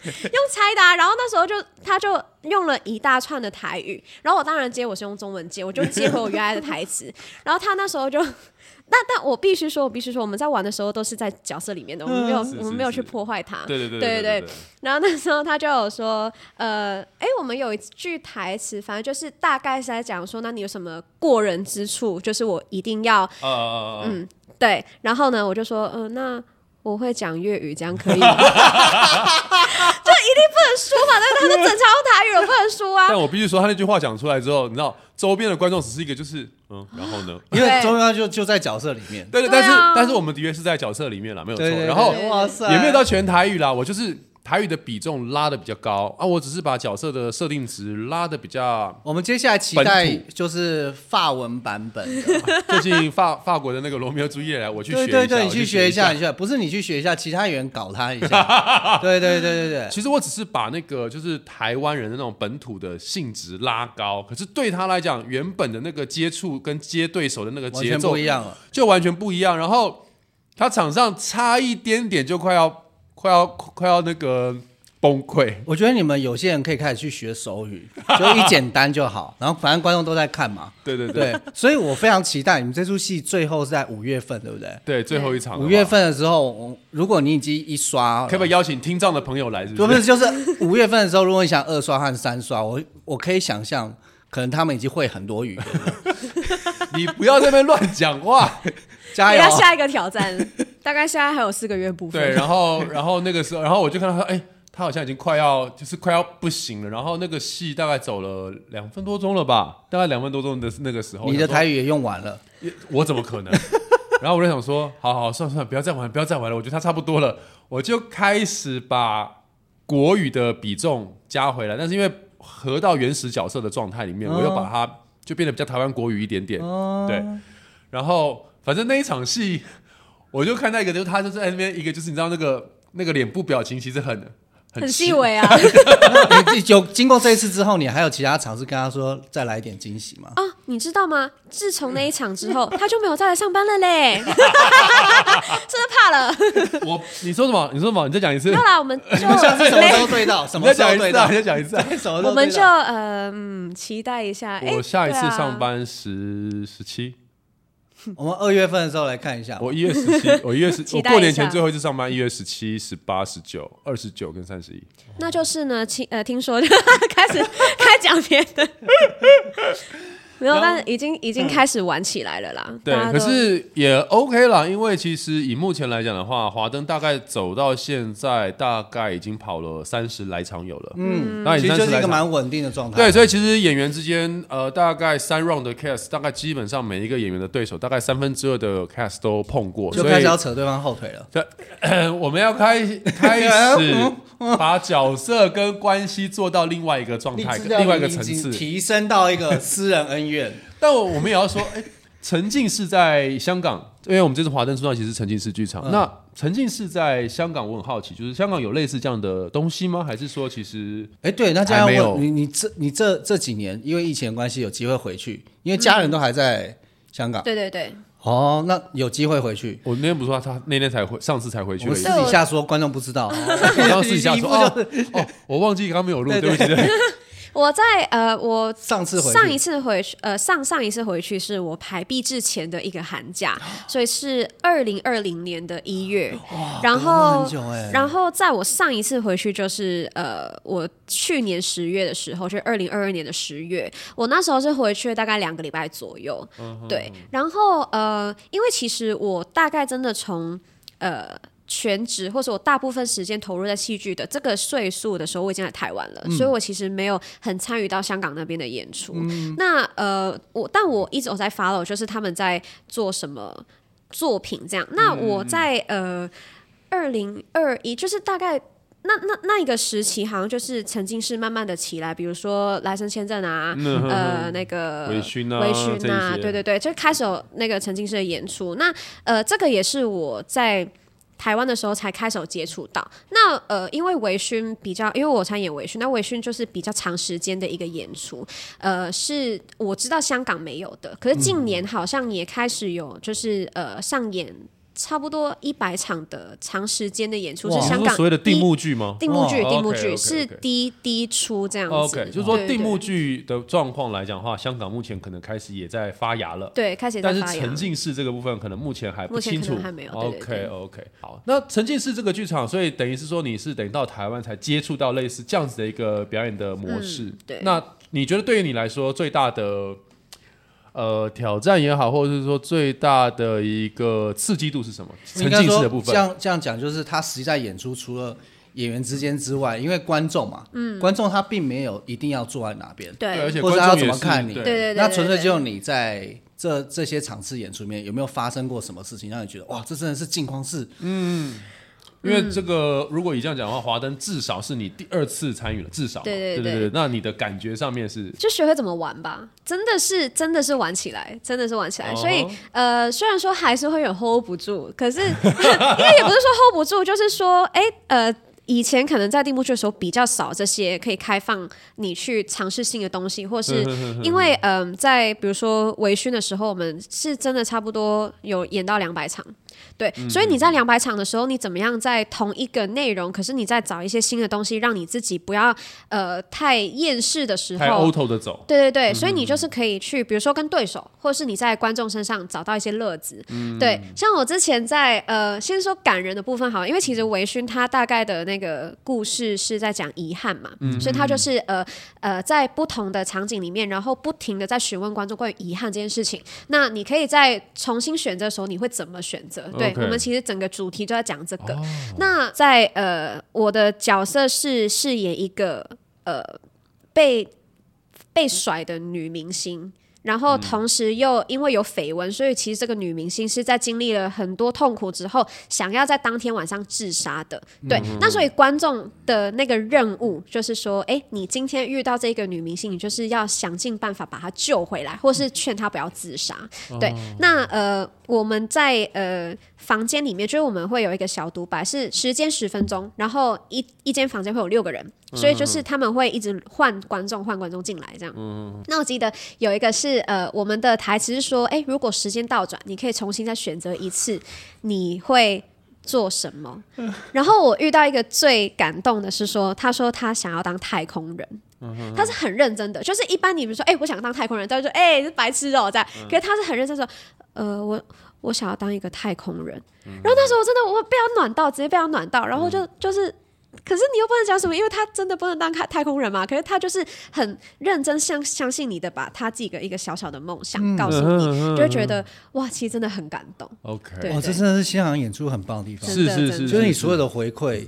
[SPEAKER 3] 用猜的、啊，然后那时候就他就用了一大串的台语，然后我当然接我是用中文接，我就接回我原来的台词， 然后他那时候就，但但我必须说，我必须说，我们在玩的时候都是在角色里面的，我们没有、
[SPEAKER 1] 嗯是
[SPEAKER 3] 我们
[SPEAKER 1] 是
[SPEAKER 3] 没有
[SPEAKER 1] 是
[SPEAKER 3] 去破坏它，
[SPEAKER 1] 对对对
[SPEAKER 3] 对
[SPEAKER 1] 对
[SPEAKER 3] 对。然后那时候他就有说，呃，哎，我们有一句台词，反正就是大概是在讲说，那你有什么过人之处，就是我一定要
[SPEAKER 1] 呃呃，
[SPEAKER 3] 嗯
[SPEAKER 2] 嗯
[SPEAKER 1] 呃
[SPEAKER 3] 对，然后呢，我就说，嗯、那我会讲粤语，这样可以 吗？就一定不能输嘛，但是他就整场用台语，我不能 输啊。
[SPEAKER 1] 但我必须说，他那句话讲出来之后，你知道周边的观众只是一个就是嗯，然后呢？
[SPEAKER 2] 因为中央就就在角色里面，
[SPEAKER 1] 对对，
[SPEAKER 3] 对
[SPEAKER 1] 但
[SPEAKER 3] 啊
[SPEAKER 1] 是但是我们的确是在角色里面啦，没有错。
[SPEAKER 2] 对对，对
[SPEAKER 1] 然后
[SPEAKER 2] 哇塞，
[SPEAKER 1] 也没有到全台语啦，我就是台语的比重拉的比较高啊，我只是把角色的设定值拉的比较。
[SPEAKER 2] 我们接下来期待就是法文版本的，
[SPEAKER 1] 最近法法国的那个罗密欧朱丽叶来，我去学
[SPEAKER 2] 对
[SPEAKER 1] 一下，
[SPEAKER 2] 对对，你
[SPEAKER 1] 我
[SPEAKER 2] 去
[SPEAKER 1] 学
[SPEAKER 2] 学一下，你去不是你去学一下，其他人搞他一 下，对对对对对，
[SPEAKER 1] 其实我只是把那个就是台湾人的那种本土的性质拉高，可是对他来讲，原本的那个接触跟接对手的那个
[SPEAKER 2] 完
[SPEAKER 1] 节
[SPEAKER 2] 全
[SPEAKER 1] 奏
[SPEAKER 2] 不一样了。
[SPEAKER 1] 就完全不一样。然后他场上差一点点就快要快要快要那个崩溃。
[SPEAKER 2] 我觉得你们有些人可以开始去学手语，就一简单就好， 然后反正观众都在看嘛。
[SPEAKER 1] 对对对
[SPEAKER 2] 对，所以我非常期待你们这出戏最后是在五月份，对不对？
[SPEAKER 1] 对，最后一场的话
[SPEAKER 2] 五月份的时候，我如果你已经一刷，
[SPEAKER 1] 可不可以邀请听障的朋友来？是不
[SPEAKER 2] 就不
[SPEAKER 1] 是？
[SPEAKER 2] 是就是五月份的时候，如果你想二刷和三刷，我我可以想象，可能他们已经会很多语言了。
[SPEAKER 1] 你不要在那边乱讲话。
[SPEAKER 2] 加
[SPEAKER 3] 给
[SPEAKER 2] 油哦
[SPEAKER 3] 他！下一个挑战， 大概现在还有四个月部分。
[SPEAKER 1] 哎对，然后然后那个时候，然后我就看到他，哎、他好像已经快要就是快要不行了。然后那个戏大概走了两分多钟了吧，大概两分多钟的那个时候，
[SPEAKER 2] 你的
[SPEAKER 1] 我想说
[SPEAKER 2] 台语也用完了，
[SPEAKER 1] 我怎么可 能？然后我就想说，好好算了算了，不要再玩了，不要再玩了，我觉得他差不多了，我就开始把国语的比重加回来，但是因为合到原始角色的状态里
[SPEAKER 3] 哦
[SPEAKER 1] 面，我又把它就变得比较台湾国语一点点，对。然后反正那一场戏，我就看到一个，就是他就在那边一个，就是你知道那个那个脸部表情其实很
[SPEAKER 3] 很
[SPEAKER 1] 细
[SPEAKER 3] 细微啊。
[SPEAKER 2] 你你有经过这一次之后，你还有其他尝试跟他说再来一点惊喜吗？
[SPEAKER 3] 啊，你知道吗？自从那一场之后，他就没有再来上班了嘞， 是不是怕了？
[SPEAKER 1] 我你说什么？你说什么？你再讲一次
[SPEAKER 3] 没有。啦，我们
[SPEAKER 2] 你们下次什
[SPEAKER 3] 就
[SPEAKER 2] 么时候
[SPEAKER 3] 没，
[SPEAKER 2] 对到？什
[SPEAKER 1] 你再
[SPEAKER 2] 么时
[SPEAKER 1] 讲
[SPEAKER 2] 候
[SPEAKER 1] 一
[SPEAKER 2] 对
[SPEAKER 1] 次啊！
[SPEAKER 2] 到
[SPEAKER 1] 你？再讲一次啊！
[SPEAKER 2] 什么时候对到
[SPEAKER 3] 我们就呃嗯，期待一下。哎
[SPEAKER 1] 我下一次
[SPEAKER 3] 对啊
[SPEAKER 1] 上班十十七，
[SPEAKER 2] 我们二月份的时候来看一下。
[SPEAKER 1] 我一月十七，我一月十，
[SPEAKER 3] 期
[SPEAKER 1] 我
[SPEAKER 3] 待
[SPEAKER 1] 过年
[SPEAKER 3] 一下
[SPEAKER 1] 前最后一次上班，一月十七、十八、十九、二十九跟三十一。
[SPEAKER 3] 那就是呢，听呃，听说 开始开讲别的， 没有，但是已经已经开始玩起来了
[SPEAKER 2] 嗯
[SPEAKER 3] 啦。
[SPEAKER 1] 对
[SPEAKER 3] 大，家
[SPEAKER 1] 可
[SPEAKER 3] 都
[SPEAKER 1] 是也 OK 啦，因为其实以目前来讲的话，华灯大概走到现在，大概已经跑了三十来场有了。嗯，那已
[SPEAKER 2] 其
[SPEAKER 1] 经
[SPEAKER 2] 实
[SPEAKER 1] 三十
[SPEAKER 2] 就是一
[SPEAKER 1] 来
[SPEAKER 2] 个
[SPEAKER 1] 场。
[SPEAKER 2] 蛮稳定的状态。
[SPEAKER 1] 对，，所以其实演员之间，呃，大概三 round 的 cast，大概基本上每一个演员的对手，大概三分之二的 cast 都碰过，
[SPEAKER 2] 就
[SPEAKER 1] 所
[SPEAKER 2] 开始
[SPEAKER 1] 以
[SPEAKER 2] 要扯对方后腿了。
[SPEAKER 1] 我们要开开 始把角色跟关系做到另外一个状
[SPEAKER 2] 你
[SPEAKER 1] 态，
[SPEAKER 2] 知道
[SPEAKER 1] 另外一个
[SPEAKER 2] 你已
[SPEAKER 1] 层
[SPEAKER 2] 经
[SPEAKER 1] 次。
[SPEAKER 2] 提升到一个私人恩怨。
[SPEAKER 1] 但我我们也要说，哎、沉浸式在香港， 因为我们这次华灯初上其实是沉浸式剧场。那沉浸式在香港，我很好奇，就是香港有类似这样的东西吗？还是说其实
[SPEAKER 2] 哎，对，那这样
[SPEAKER 1] 还没有
[SPEAKER 2] 问你，你这你这这几年因为疫情的关系有机会回去，因为家人都还在香港。
[SPEAKER 3] 对对对，
[SPEAKER 2] 哦，那有机会回去。
[SPEAKER 1] 我那天不是说他那天才回，上次才回
[SPEAKER 2] 我
[SPEAKER 1] 去而
[SPEAKER 2] 们
[SPEAKER 1] 已
[SPEAKER 2] 私
[SPEAKER 3] 是。
[SPEAKER 2] 底下说，观众不 知道。
[SPEAKER 1] 我刚刚私底下
[SPEAKER 2] 一
[SPEAKER 1] 说
[SPEAKER 2] 副就
[SPEAKER 1] 哦
[SPEAKER 2] 是
[SPEAKER 1] 哦，我忘记刚刚没有录，
[SPEAKER 2] 对
[SPEAKER 1] 对不起。对不起
[SPEAKER 3] 我在呃，我
[SPEAKER 2] 上次回去
[SPEAKER 3] 上一次回去，呃，上上一次回去是我排毕制前的一个寒假，所以是二零二零年的一月。然
[SPEAKER 2] 隔了
[SPEAKER 3] 后
[SPEAKER 2] 很久欸，
[SPEAKER 3] 然后在我上一次回去就是呃，我去年十月的时候，就是二零二二年的十月，我那时候是回去了大概两个礼拜左右。对，然后呃，因为其实我大概真的从呃。全职或者我大部分时间投入在戏剧的这个岁数的时候，我已经在台湾了，所以我其实没有很参与到香港那边的演出。那呃，我但我一直有在 follow，就是他们在做什么作品这样。那我在、呃二零二一，就是大概。那那那一个时期，好像就是曾经是慢慢的起来，比如说来生签证啊，
[SPEAKER 1] 嗯
[SPEAKER 3] 呃，那个
[SPEAKER 1] 微醺啊
[SPEAKER 3] 微醺啊
[SPEAKER 1] 这，些
[SPEAKER 3] 对对对，就开始有那个沉浸式的演出。那呃，这个也是我在台湾的时候才开始有接触到。那呃，因为微醺比较，因为我常演微醺，那微醺就是比较长时间的一个演出，呃，是我知道香港没有的，可是近年好像也开始有，就是呃上演。差不多一百场的长时间的演出
[SPEAKER 2] 哇
[SPEAKER 3] 哦是
[SPEAKER 1] 你
[SPEAKER 3] 香
[SPEAKER 1] 说
[SPEAKER 3] 港嗯
[SPEAKER 1] 所谓的定
[SPEAKER 3] 第
[SPEAKER 1] 目剧吗
[SPEAKER 3] 定目剧，
[SPEAKER 1] 哦
[SPEAKER 3] 定目
[SPEAKER 1] OK，
[SPEAKER 3] 剧
[SPEAKER 1] OK，
[SPEAKER 3] 是
[SPEAKER 1] OK
[SPEAKER 3] 第第一出这样子。
[SPEAKER 1] 哦？OK，就是说
[SPEAKER 3] 对
[SPEAKER 1] 定目剧的状况来讲的话，香港目前可能开始也在发芽了。
[SPEAKER 3] 对，开始也在
[SPEAKER 1] 但是
[SPEAKER 3] 发芽
[SPEAKER 1] 沉。浸式这个部分可能目前还不
[SPEAKER 3] 目前
[SPEAKER 1] 清
[SPEAKER 3] 可
[SPEAKER 1] 楚，
[SPEAKER 3] 能还没有对对
[SPEAKER 1] OK
[SPEAKER 3] 对
[SPEAKER 1] OK，好，那沉浸式这个剧场，所以等于是说你是等于到台湾才接触到类似这样子的一个表演的模式。
[SPEAKER 3] 嗯对
[SPEAKER 1] 那你觉得对于你来说最大的呃挑战也好，或者是说最大的一个刺激度是什么？沉
[SPEAKER 2] 应该
[SPEAKER 1] 浸式
[SPEAKER 2] 说
[SPEAKER 1] 的部
[SPEAKER 2] 这
[SPEAKER 1] 分。
[SPEAKER 2] 样这样讲，就是他实际在演出除了演员之间之外，因为观众嘛，嗯，观众他并没有一定要坐在哪边，
[SPEAKER 1] 对，而
[SPEAKER 3] 对
[SPEAKER 1] 且
[SPEAKER 2] 或者
[SPEAKER 1] 观
[SPEAKER 2] 他
[SPEAKER 1] 众
[SPEAKER 2] 怎么
[SPEAKER 1] 也是
[SPEAKER 2] 看你
[SPEAKER 1] 对
[SPEAKER 3] 对对对
[SPEAKER 2] 那纯粹
[SPEAKER 3] 对
[SPEAKER 2] 就你在这这些场次演出里面有没有发生过什么事情，让你觉得哇，这真的是镜框式
[SPEAKER 1] 因
[SPEAKER 3] 嗯
[SPEAKER 1] 为这个如果以这样讲的话，华灯至少是你第二次参与了，至少嘛
[SPEAKER 3] 对对
[SPEAKER 1] 对
[SPEAKER 3] 对
[SPEAKER 1] 对，那你的感觉上面是
[SPEAKER 3] 就学会怎么玩吧，真的是真的是玩起来，真的是玩起来。
[SPEAKER 1] 哦
[SPEAKER 3] 所以呃，虽然说还是会有 hold 不住，可是 因为也不是说 hold 不住，就是说哎呃。以前可能在定目剧的时候比较少这些可以开放你去尝试新的东西，或是因为嗯、在比如说微醺的时候，我们是真的差不多有演到两百场，对，
[SPEAKER 1] 嗯
[SPEAKER 3] 所以你在两百场的时候，你怎么样在同一个内容，可是你再找一些新的东西，让你自己不要呃太厌世的时候，
[SPEAKER 1] 太 auto 的走，
[SPEAKER 3] 对对对，所以你就是可以去，比如说跟对手，或者是你在观众身上找到一些乐子。对，像我之前在呃，先说感人的部分好了，因为其实微醺他大概的那个故事是在讲遗憾嘛，所以他就是呃呃，在不同的场景里面，然后不停的在询问观众关于遗憾这件事情。那你可以在重新选择的时候，你会怎么选择？对
[SPEAKER 1] OK
[SPEAKER 3] 我们其实整个主题就在讲这个。那在呃，我的角色是饰演一个呃被被甩的女明星。然后同时又因为有绯闻，所以其实这个女明星是在经历了很多痛苦之后，想要在当天晚上自杀的。对，那所以观众的那个任务就是说，哎，你今天遇到这个女明星，你就是要想尽办法把她救回来，或是劝她不要自杀。对，那呃，我们在呃房间里面，就是我们会有一个小独白，是时间十分钟，然后一一间房间会有六个人，所以就是他们会一直换观众，换观众进来这样。那我记得有一个是呃，我们的台词是说，哎，如果时间倒转，你可以重新再选择一次，你会。做什么？然后我遇到一个最感动的是说，他说他想要当太空人，他是很认真的，就是一般你比如说，哎、我想当太空人，大家就说，哎、你是白痴哦、这样。可是他是很认真地说，呃，我我想要当一个太空人。然后那时候我真的我被他暖到，直接被他暖到，然后就、就是。可是你又不能讲什么，因为他真的不能当太太空人嘛。可是他就是很认真相相信你的，把他自己的一个小小的梦
[SPEAKER 2] 嗯
[SPEAKER 3] 想告诉你，就会觉得哇，其实真的很感动。
[SPEAKER 1] OK，
[SPEAKER 3] 对
[SPEAKER 2] 哇，哦这真的是现场演出很棒的地方，
[SPEAKER 1] 是
[SPEAKER 3] 真的
[SPEAKER 1] 是
[SPEAKER 3] 真
[SPEAKER 1] 是，
[SPEAKER 3] 的
[SPEAKER 2] 就是你
[SPEAKER 1] 说
[SPEAKER 2] 所有的回馈，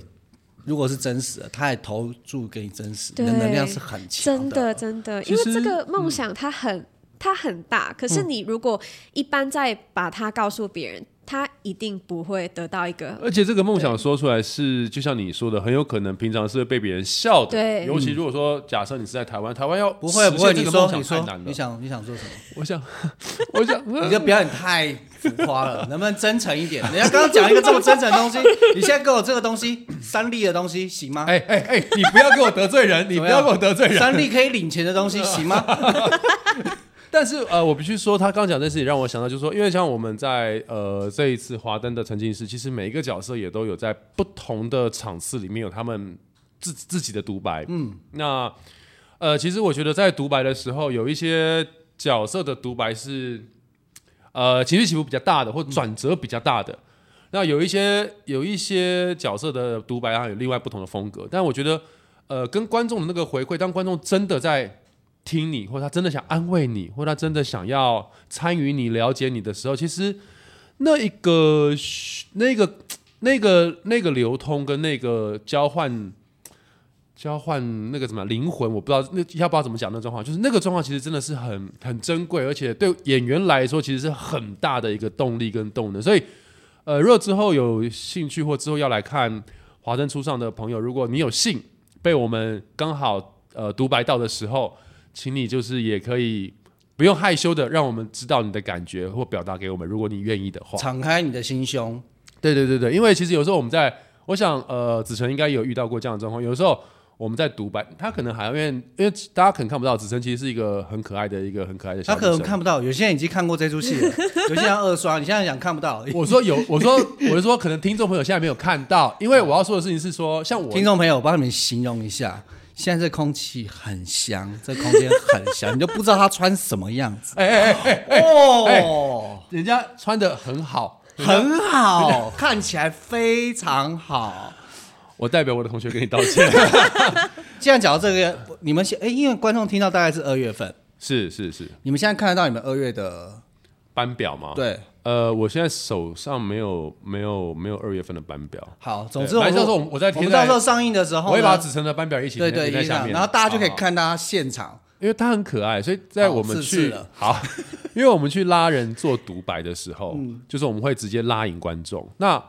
[SPEAKER 2] 如果是真实的，他也投注给你真实，你的
[SPEAKER 3] 对
[SPEAKER 2] 能量是很强
[SPEAKER 3] 真的真的，因为
[SPEAKER 1] 其实嗯
[SPEAKER 3] 这个梦想它很、它很大，可是你如果一般再把它告诉别人，他一定不会得到一个。
[SPEAKER 1] 而且这个梦想说出来是，就像你说的，很有可能平常是会被别人笑的。
[SPEAKER 3] 对
[SPEAKER 1] 尤其如果说假设你是在台湾，台湾要
[SPEAKER 2] 不会不会，
[SPEAKER 1] 实现
[SPEAKER 2] 你
[SPEAKER 1] 这个
[SPEAKER 2] 说
[SPEAKER 1] 梦
[SPEAKER 2] 你
[SPEAKER 1] 想太
[SPEAKER 2] 说
[SPEAKER 1] 难了
[SPEAKER 2] 你。想你想做什么？
[SPEAKER 1] 我想， 我想，
[SPEAKER 2] 你的表演太浮夸了，能不能真诚一点？人家刚刚讲一个这么真诚的东西，你现在给我这个东西三立的东西行吗？
[SPEAKER 1] 哎啊哎哎，你不要给我得罪人， 你不要给我得罪人。
[SPEAKER 2] 三立可以领钱的东西行吗？
[SPEAKER 1] 但是呃，我必须说，他刚讲这事情让我想到，就是说，因为像我们在呃这一次华灯的沉浸式，其实每一个角色也都有在不同的场次里面有他们自自己的独白。嗯，那呃，其实我觉得在独白的时候，有一些角色的独白是呃情绪起伏比较大的，或转折比较大的。那有一些有一些角色的独白啊，有另外不同的风格，但我觉得，呃，跟观众的那个回馈，当观众真的在听你，或者他真的想安慰你，或者他真的想要参与你、了解你的时候，其实那一个、那个、那个、那个流通跟那个交换、交换那个什么灵魂，我不知道那要不知道怎么讲那状况，就是那个状况其实真的是很很珍贵，而且对演员来说其实是很大的一个动力跟动能。所以，呃，若之后有兴趣或之后要来看华灯初上的朋友，如果你有幸被我们刚好呃独白到的时候，请你就是也可以不用害羞的让我们知道你的感觉或表达给我们，如果你愿意的话。
[SPEAKER 2] 敞开你的心胸，
[SPEAKER 1] 对对对对，因为其实有时候我们在，我想呃，子晨应该有遇到过这样的状况，有时候。我们在独白，他可能还因为因为大家可能看不到，子晨其实是一个很可爱的一个很可爱的小
[SPEAKER 2] 他
[SPEAKER 1] 女
[SPEAKER 2] 可
[SPEAKER 1] 生。
[SPEAKER 2] 能看不到，有些人已经看过这出戏了，有些人要二刷，你现在想看不到。
[SPEAKER 1] 我说有，我说我是说，可能听众朋友现在没有看到，因为我要说的事情是说，像我
[SPEAKER 2] 听众朋友，我帮你们形容一下，现在这空气很香，这空间很香， 你就不知道他穿什么样子。
[SPEAKER 1] 哎哎哎，
[SPEAKER 2] 哦，
[SPEAKER 1] 人家穿的很好，
[SPEAKER 2] 很好，看起来非常好。
[SPEAKER 1] 我代表我的同学跟你道歉。
[SPEAKER 2] 既然讲到这个，你们现哎，因为观众听到大概是二月份，
[SPEAKER 1] 是是是，
[SPEAKER 2] 你们现在看得到你们二月的
[SPEAKER 1] 班表吗？
[SPEAKER 2] 对。
[SPEAKER 1] 呃，我现在手上没有没有没有二月份的班表，
[SPEAKER 2] 好，总之
[SPEAKER 1] 对
[SPEAKER 2] 我
[SPEAKER 1] 反
[SPEAKER 2] 们
[SPEAKER 1] 正到时候我们我在
[SPEAKER 2] 我
[SPEAKER 1] 贴
[SPEAKER 2] 们
[SPEAKER 1] 在
[SPEAKER 2] 到时候上映的时候呢，
[SPEAKER 1] 我会把子晨的班表一起
[SPEAKER 2] 对
[SPEAKER 1] 贴
[SPEAKER 2] 对
[SPEAKER 1] 在
[SPEAKER 2] 一
[SPEAKER 1] 下
[SPEAKER 2] 样，
[SPEAKER 1] 面，哦
[SPEAKER 2] 然后大家就可以
[SPEAKER 1] 好，好
[SPEAKER 2] 看到他现场。
[SPEAKER 1] 因为他很可爱，所以在我们
[SPEAKER 2] 好刺
[SPEAKER 1] 去
[SPEAKER 2] 刺了
[SPEAKER 1] 好，嗯因为我们去拉人做独白的时候，就是我们会直接拉引观众。那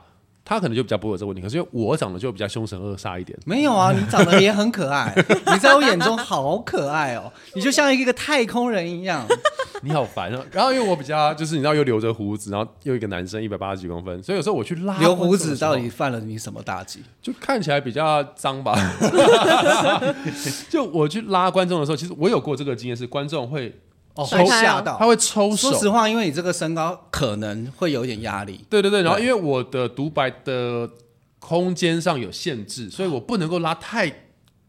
[SPEAKER 1] 他可能就比较不会有这个问题。可是因为我长得就比较凶神恶煞一点，
[SPEAKER 2] 没有啊，你长得也很可爱，你在我眼中好可爱哦，你就像一个太空人一样。
[SPEAKER 1] 你好烦啊！然后因为我比较就是你知道又留着胡子，然后又一个男生一百八十几公分，所以有时候我去拉
[SPEAKER 2] 留胡子到
[SPEAKER 1] 底。
[SPEAKER 2] 底犯了你什么大忌？
[SPEAKER 1] 就看起来比较脏 吧。就我去拉观众的时候，其实我有过这个经验，是观众会
[SPEAKER 2] 哦，
[SPEAKER 1] 抽
[SPEAKER 2] 会吓到
[SPEAKER 1] 他。会抽手
[SPEAKER 2] 说。实话，因为你这个身高可能会有一点压力。
[SPEAKER 1] 对对对，然后因为我的独白的空间上有限制，所以我不能够拉太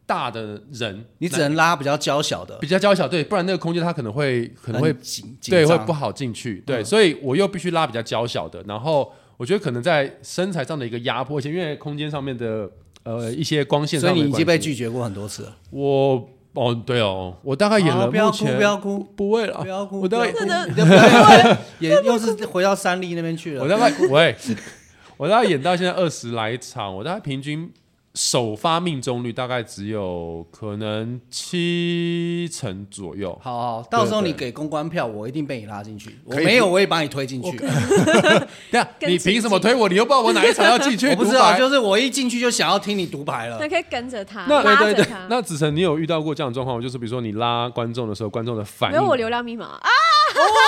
[SPEAKER 1] 大的人，
[SPEAKER 2] 你只能拉比较娇小的，
[SPEAKER 1] 比较娇小，对，不然那个空间他可能会可能会
[SPEAKER 2] 很紧，紧
[SPEAKER 1] 对会
[SPEAKER 2] 张嗯
[SPEAKER 1] 不好进去，对，所以我又必须拉比较娇小的，然后我觉得可能在身材上的一个压迫，而且因为空间上面的呃一些光线
[SPEAKER 2] 所
[SPEAKER 1] 上
[SPEAKER 2] 以
[SPEAKER 1] 的
[SPEAKER 2] 你已经被
[SPEAKER 1] 关系
[SPEAKER 2] 拒绝过很多次了。
[SPEAKER 1] 我哦，对哦，我大概演
[SPEAKER 2] 好
[SPEAKER 1] 了
[SPEAKER 2] 不要
[SPEAKER 1] 目
[SPEAKER 2] 哭，
[SPEAKER 1] 前
[SPEAKER 2] 不要哭，
[SPEAKER 1] 不会了，
[SPEAKER 2] 不要哭，
[SPEAKER 1] 我大概
[SPEAKER 2] 不要哭你的表演也又是回到三立那边去
[SPEAKER 1] 我
[SPEAKER 2] 了。
[SPEAKER 1] 大概 喂， 我大概演到现在二十来场，我大概平均首发命中率大概只有可能七成左右。
[SPEAKER 2] 好好，到时候
[SPEAKER 1] 对
[SPEAKER 2] 你
[SPEAKER 1] 对
[SPEAKER 2] 给公关票，我一定被你拉进去。我
[SPEAKER 1] 可以
[SPEAKER 2] 没有，我也把你推进去。
[SPEAKER 1] 对啊，
[SPEAKER 3] 跟
[SPEAKER 1] 你
[SPEAKER 3] 亲
[SPEAKER 1] 凭什么推我？你又不知道我哪一场要进去，
[SPEAKER 2] 我不知
[SPEAKER 1] 独
[SPEAKER 2] 道，
[SPEAKER 1] 白
[SPEAKER 2] 就是我一进去就想要听你独白了
[SPEAKER 3] 那。可以跟着他，
[SPEAKER 1] 那
[SPEAKER 2] 啊
[SPEAKER 3] 拉
[SPEAKER 1] 对
[SPEAKER 3] 着
[SPEAKER 1] 对对
[SPEAKER 3] 他，。
[SPEAKER 1] 那子晨，你有遇到过这样的状况吗？就是比如说你拉观众的时候，观众的反
[SPEAKER 3] 没
[SPEAKER 1] 应
[SPEAKER 3] 有我流量密码啊，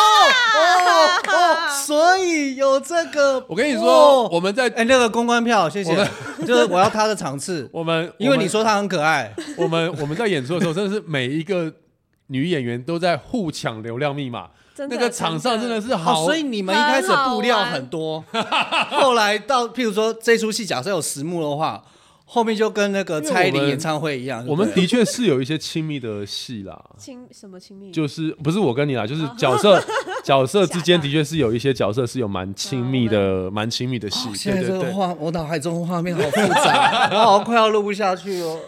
[SPEAKER 2] 哦哦，所以有这个。
[SPEAKER 1] 我跟你说，
[SPEAKER 2] 哦
[SPEAKER 1] 我们在
[SPEAKER 2] 哎，那个公关票，谢谢
[SPEAKER 1] 我们。
[SPEAKER 2] 就是我要他的场次，
[SPEAKER 1] 我们
[SPEAKER 2] 因为
[SPEAKER 1] 我们
[SPEAKER 2] 你说他很可爱。
[SPEAKER 1] 我们我们在演出的时候，真的是每一个女演员都在互抢流量密码，
[SPEAKER 3] 真的
[SPEAKER 1] 那个场上真的是 好，啊
[SPEAKER 2] 哦，所以你们一开始布料很多，后来到譬如说这出戏假设有十幕的话，后面就跟那个蔡依
[SPEAKER 1] 因为我
[SPEAKER 2] 林
[SPEAKER 1] 们
[SPEAKER 2] 演唱会一样。
[SPEAKER 1] 我们
[SPEAKER 2] 对不对
[SPEAKER 1] 的确是有一些亲密的戏啦，
[SPEAKER 3] 亲什么亲密？
[SPEAKER 1] 就是不是我跟你啦，就是角色角色之间的确是有一些角色是有蛮亲密的，蛮亲密的戏
[SPEAKER 2] 哦， 现在
[SPEAKER 1] 对
[SPEAKER 2] 这
[SPEAKER 1] 对
[SPEAKER 2] 个
[SPEAKER 1] 对。
[SPEAKER 2] 画，我脑海中的画面好复杂，啊 我好快要录不下去哦。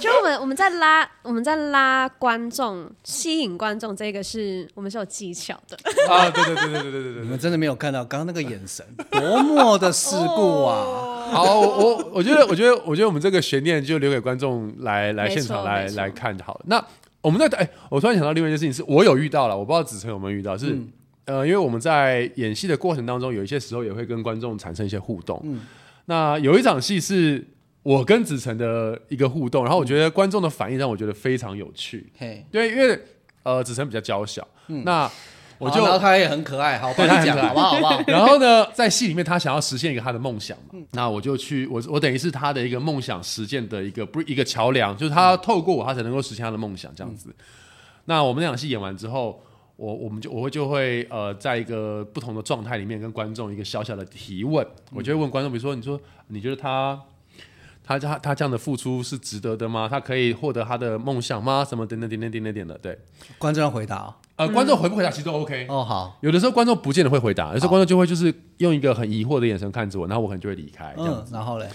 [SPEAKER 3] 就我们我们在拉我们在拉观众，吸引观众，这个是我们是有技巧的。
[SPEAKER 1] 啊，对对对对对对对
[SPEAKER 2] 你
[SPEAKER 1] 对。
[SPEAKER 2] 们真的没有看到刚刚那个眼神，多么的世故啊！
[SPEAKER 1] 好，我我我觉得我觉得我觉得我们这个悬念就留给观众来来
[SPEAKER 3] 没错
[SPEAKER 1] 现场来
[SPEAKER 3] 没错
[SPEAKER 1] 来看好了。那我们在哎，我突然想到另外一件事情，是我有遇到了，我不知道子成有没有遇到，是、
[SPEAKER 3] 嗯
[SPEAKER 1] 呃，因为我们在演戏的过程当中，有一些时候也会跟观众产生一些互动。
[SPEAKER 3] 嗯
[SPEAKER 1] 那有一场戏是我跟子成的一个互动，然后我
[SPEAKER 3] 嗯
[SPEAKER 1] 觉得观众的反应让我觉得非常有趣，
[SPEAKER 2] 嘿，
[SPEAKER 1] 对，因为呃子成比较娇小，
[SPEAKER 3] 嗯
[SPEAKER 1] 那我
[SPEAKER 2] 好
[SPEAKER 1] 就
[SPEAKER 2] 然后他也很可爱，好，
[SPEAKER 1] 对
[SPEAKER 2] 帮
[SPEAKER 1] 他
[SPEAKER 2] 你
[SPEAKER 1] 很
[SPEAKER 2] 讲
[SPEAKER 1] 可爱
[SPEAKER 2] 好不好？好不好？
[SPEAKER 1] 然后呢，在戏里面他想要实现一个他的梦想嘛，那我就去我我等于是他的一个梦想实践的一个不是一个桥梁，就是他要透过我他才能够实现他的梦想这样子。那我们那场戏演完之后，我我们就我会就会呃，在一个不同的状态里面跟观众一个小小的提问，我就会问观众，比如说你说你觉得他。他他他这样的付出是值得的吗？他可以获得他的梦想吗？什么等等等等等等等的，对，
[SPEAKER 2] 观众要回答哦
[SPEAKER 1] 呃，观众回不回答其实都 OK，
[SPEAKER 2] 哦，好，
[SPEAKER 1] 有的时候观众不见得会回答，有时候观众就会就是用一个很疑惑的眼神看着我，然后我可能就会离开这样。
[SPEAKER 2] 嗯，然后嘞，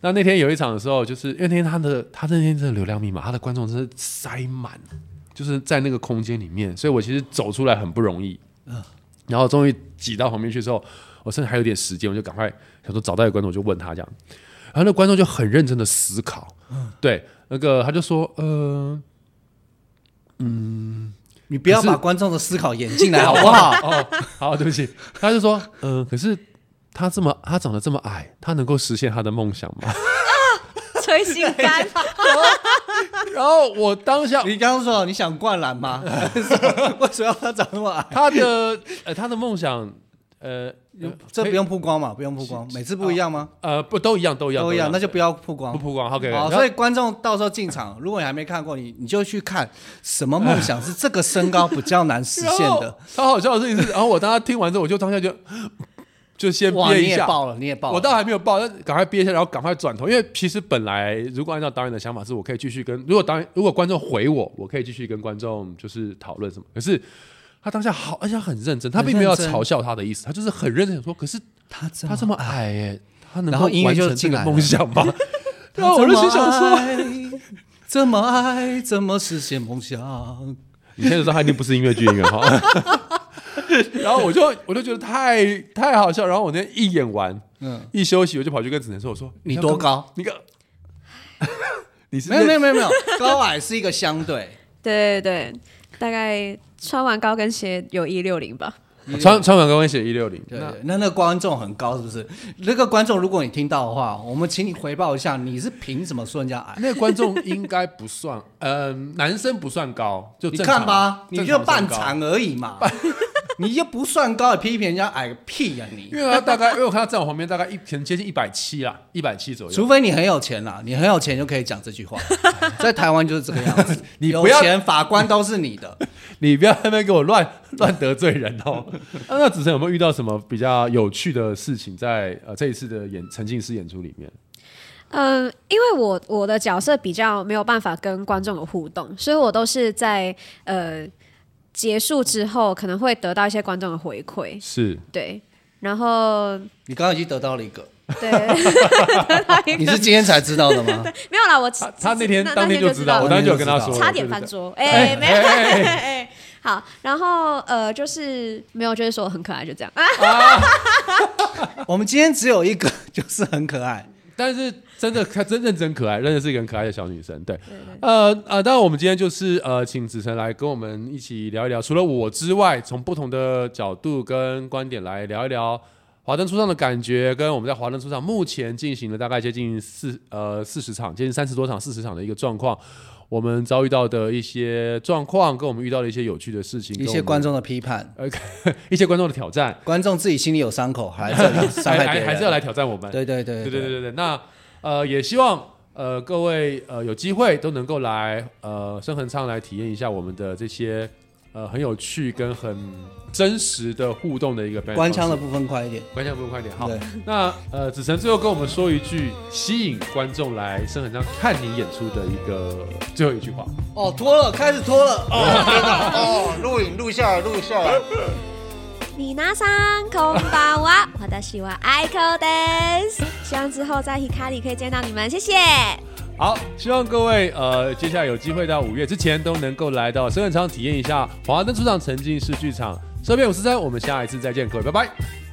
[SPEAKER 1] 那那天有一场的时候，就是因为那天他的他那天真的流量密码，他的观众真的塞满，就是在那个空间里面，所以我其实走出来很不容易。然后终于挤到旁边去之后，我甚至还有点时间，我就赶快想说找到一个观众，我就问他这样，然后那观众就很认真的思考，对，那个他就说，呃，
[SPEAKER 2] 你不要
[SPEAKER 1] 可是
[SPEAKER 2] 把观众的思考演进 来好不好？
[SPEAKER 1] 哦，好，对不起，他就说，嗯、可是他这么，他长得这么矮，他能够实现他的梦想 吗？
[SPEAKER 3] 吹心 肝，
[SPEAKER 1] 然后我当下，
[SPEAKER 2] 你刚刚说你想灌篮 吗？为什么要他长那么矮？
[SPEAKER 1] 他的呃，他的梦想，呃，
[SPEAKER 2] 这不用曝光嘛，不用曝光，每次不一样吗？
[SPEAKER 1] 呃，不都一样，都一样，
[SPEAKER 2] 都一样，那就不哦要曝光
[SPEAKER 1] 不。曝光。OK，
[SPEAKER 2] 好，所以观众到时候进场，如果你还没看过，你你就去看什么梦想是这个身高比较难实现的。。
[SPEAKER 1] 超好笑的事情是，然后我当他听完之后，我就当下就就先
[SPEAKER 2] 哇，
[SPEAKER 1] 憋
[SPEAKER 2] 你
[SPEAKER 1] 一
[SPEAKER 2] 也
[SPEAKER 1] 下。
[SPEAKER 2] 爆了，你也爆了。啊
[SPEAKER 1] 我倒还没有报，但赶快憋一下，然后赶快转头，因为其实本来如果按照导演的想法是，我可以继续跟如果导演如果观众回我，我可以继续跟观众就是讨论什么。可是他当下好，而且他很认真，他并没有要
[SPEAKER 2] 很认真
[SPEAKER 1] 嘲笑他的意思，他就是很认真地说，可是
[SPEAKER 2] 他这
[SPEAKER 1] 他这么矮耶、他能
[SPEAKER 2] 然
[SPEAKER 1] 够
[SPEAKER 2] 后音乐
[SPEAKER 1] 完
[SPEAKER 2] 就
[SPEAKER 1] 成这
[SPEAKER 2] 进
[SPEAKER 1] 个
[SPEAKER 2] 来了
[SPEAKER 1] 梦想吗？ 然后我就心想说，
[SPEAKER 2] 啊说，这么矮， 怎么实现梦想？
[SPEAKER 1] 你现在知道他一定不是音乐剧演员哈。 然后我就我就觉得太太好笑，然后我那天一演完，
[SPEAKER 2] 嗯，
[SPEAKER 1] 一休息我就跑去跟子晨说，我说
[SPEAKER 2] 你多高？
[SPEAKER 1] 你个， 你是
[SPEAKER 2] 没有没有没有没有，高矮是一个相对。
[SPEAKER 3] 对对对，大概穿完高跟鞋有一六零吧，
[SPEAKER 1] 穿穿完高跟鞋一六零，
[SPEAKER 2] 对，那那个观众很高是不是？那个观众，如果你听到的话，我们请你回报一下，你是凭什么说人家矮？
[SPEAKER 1] 那个观众应该不算， 呃，男生不算高，就
[SPEAKER 2] 你
[SPEAKER 1] 正常啊
[SPEAKER 2] 看吧，你就半。
[SPEAKER 1] 正常算高
[SPEAKER 2] 长而已嘛， 你就不算高，你批评人家矮个屁呀、你！
[SPEAKER 1] 因为他大概，因为我看他站我旁边，大概一可能接近一百七啦，一百七左右。
[SPEAKER 2] 除非你很有钱啦，你很有钱就可以讲这 句话，在台湾就是这个样子。
[SPEAKER 1] 你
[SPEAKER 2] 有
[SPEAKER 1] 不要
[SPEAKER 2] 钱，法官都是你的。
[SPEAKER 1] 你不要在那边给我乱 乱得罪人哦。 那那子晨有没有遇到什么比较有趣的事情在呃这一次的演沉浸式演出里面？
[SPEAKER 3] 嗯，因为我我的角色比较没有办法跟观众有互动，所以我都是在呃结束之后可能会得到一些观众的回馈，
[SPEAKER 1] 是
[SPEAKER 3] 对，然后
[SPEAKER 2] 你刚刚已经得到了一 个，
[SPEAKER 3] 对，得到一
[SPEAKER 2] 你
[SPEAKER 3] 个
[SPEAKER 2] 是今天才知道的吗？
[SPEAKER 3] 没有啦，我
[SPEAKER 1] 他他那天当天
[SPEAKER 3] 就
[SPEAKER 1] 就知道，我
[SPEAKER 2] 了
[SPEAKER 1] 当天就有跟他
[SPEAKER 2] 当
[SPEAKER 1] 说，
[SPEAKER 3] 差点翻桌，哎、没有，哎、好，然后呃就是没有，就是说我很可爱，就这样啊，
[SPEAKER 2] 我们今天只有一个，就是很可爱。
[SPEAKER 1] 但是真的看真认真可爱，真的是一个很可爱的小女生。对，呃呃，当然我们今天就是呃，请子晨来跟我们一起聊一聊，除了我之外，从不同的角度跟观点来聊一聊。华灯初上的感觉，跟我们在华灯初上目前进行了大概接近四呃四十场，接近三十多场、四十场的一个状况，我们遭遇到的一些状况，跟我们遇到的一些有趣的事情，
[SPEAKER 2] 一
[SPEAKER 1] 跟我
[SPEAKER 2] 些
[SPEAKER 1] 们
[SPEAKER 2] 观众的批判，
[SPEAKER 1] 一些观众的挑战，
[SPEAKER 2] 观众自己心里有伤口，还在 伤害
[SPEAKER 1] 还
[SPEAKER 2] 别
[SPEAKER 1] 还
[SPEAKER 2] 人，
[SPEAKER 1] 还是要来挑战我们。
[SPEAKER 2] 对对对
[SPEAKER 1] 对对对对对。那呃，也希望呃各位呃有机会都能够来呃深恒昌来体验一下我们的这些呃很有趣跟很真实的互动的一个表演
[SPEAKER 2] 官腔的
[SPEAKER 1] 方式
[SPEAKER 2] 部分快一点。
[SPEAKER 1] 关腔不用快点好
[SPEAKER 2] 对。
[SPEAKER 1] 那呃子晨最后跟我们说一句吸引观众来深恒昌看你演出的一个最后一句话。
[SPEAKER 2] 哦，脱了，开始脱了。哦，天哪！哦，录影录下来，录下来。
[SPEAKER 3] 你拿上空巴哇，我的喜欢 Ico Dance，希望之后在 Hikari 可以见到你们，谢谢。
[SPEAKER 1] 好，希望各位呃，接下来有机会到五月之前都能够来到深圳场体验一下华灯初上沉浸式剧场。这边我是三，我们下一次再见，各位，拜拜。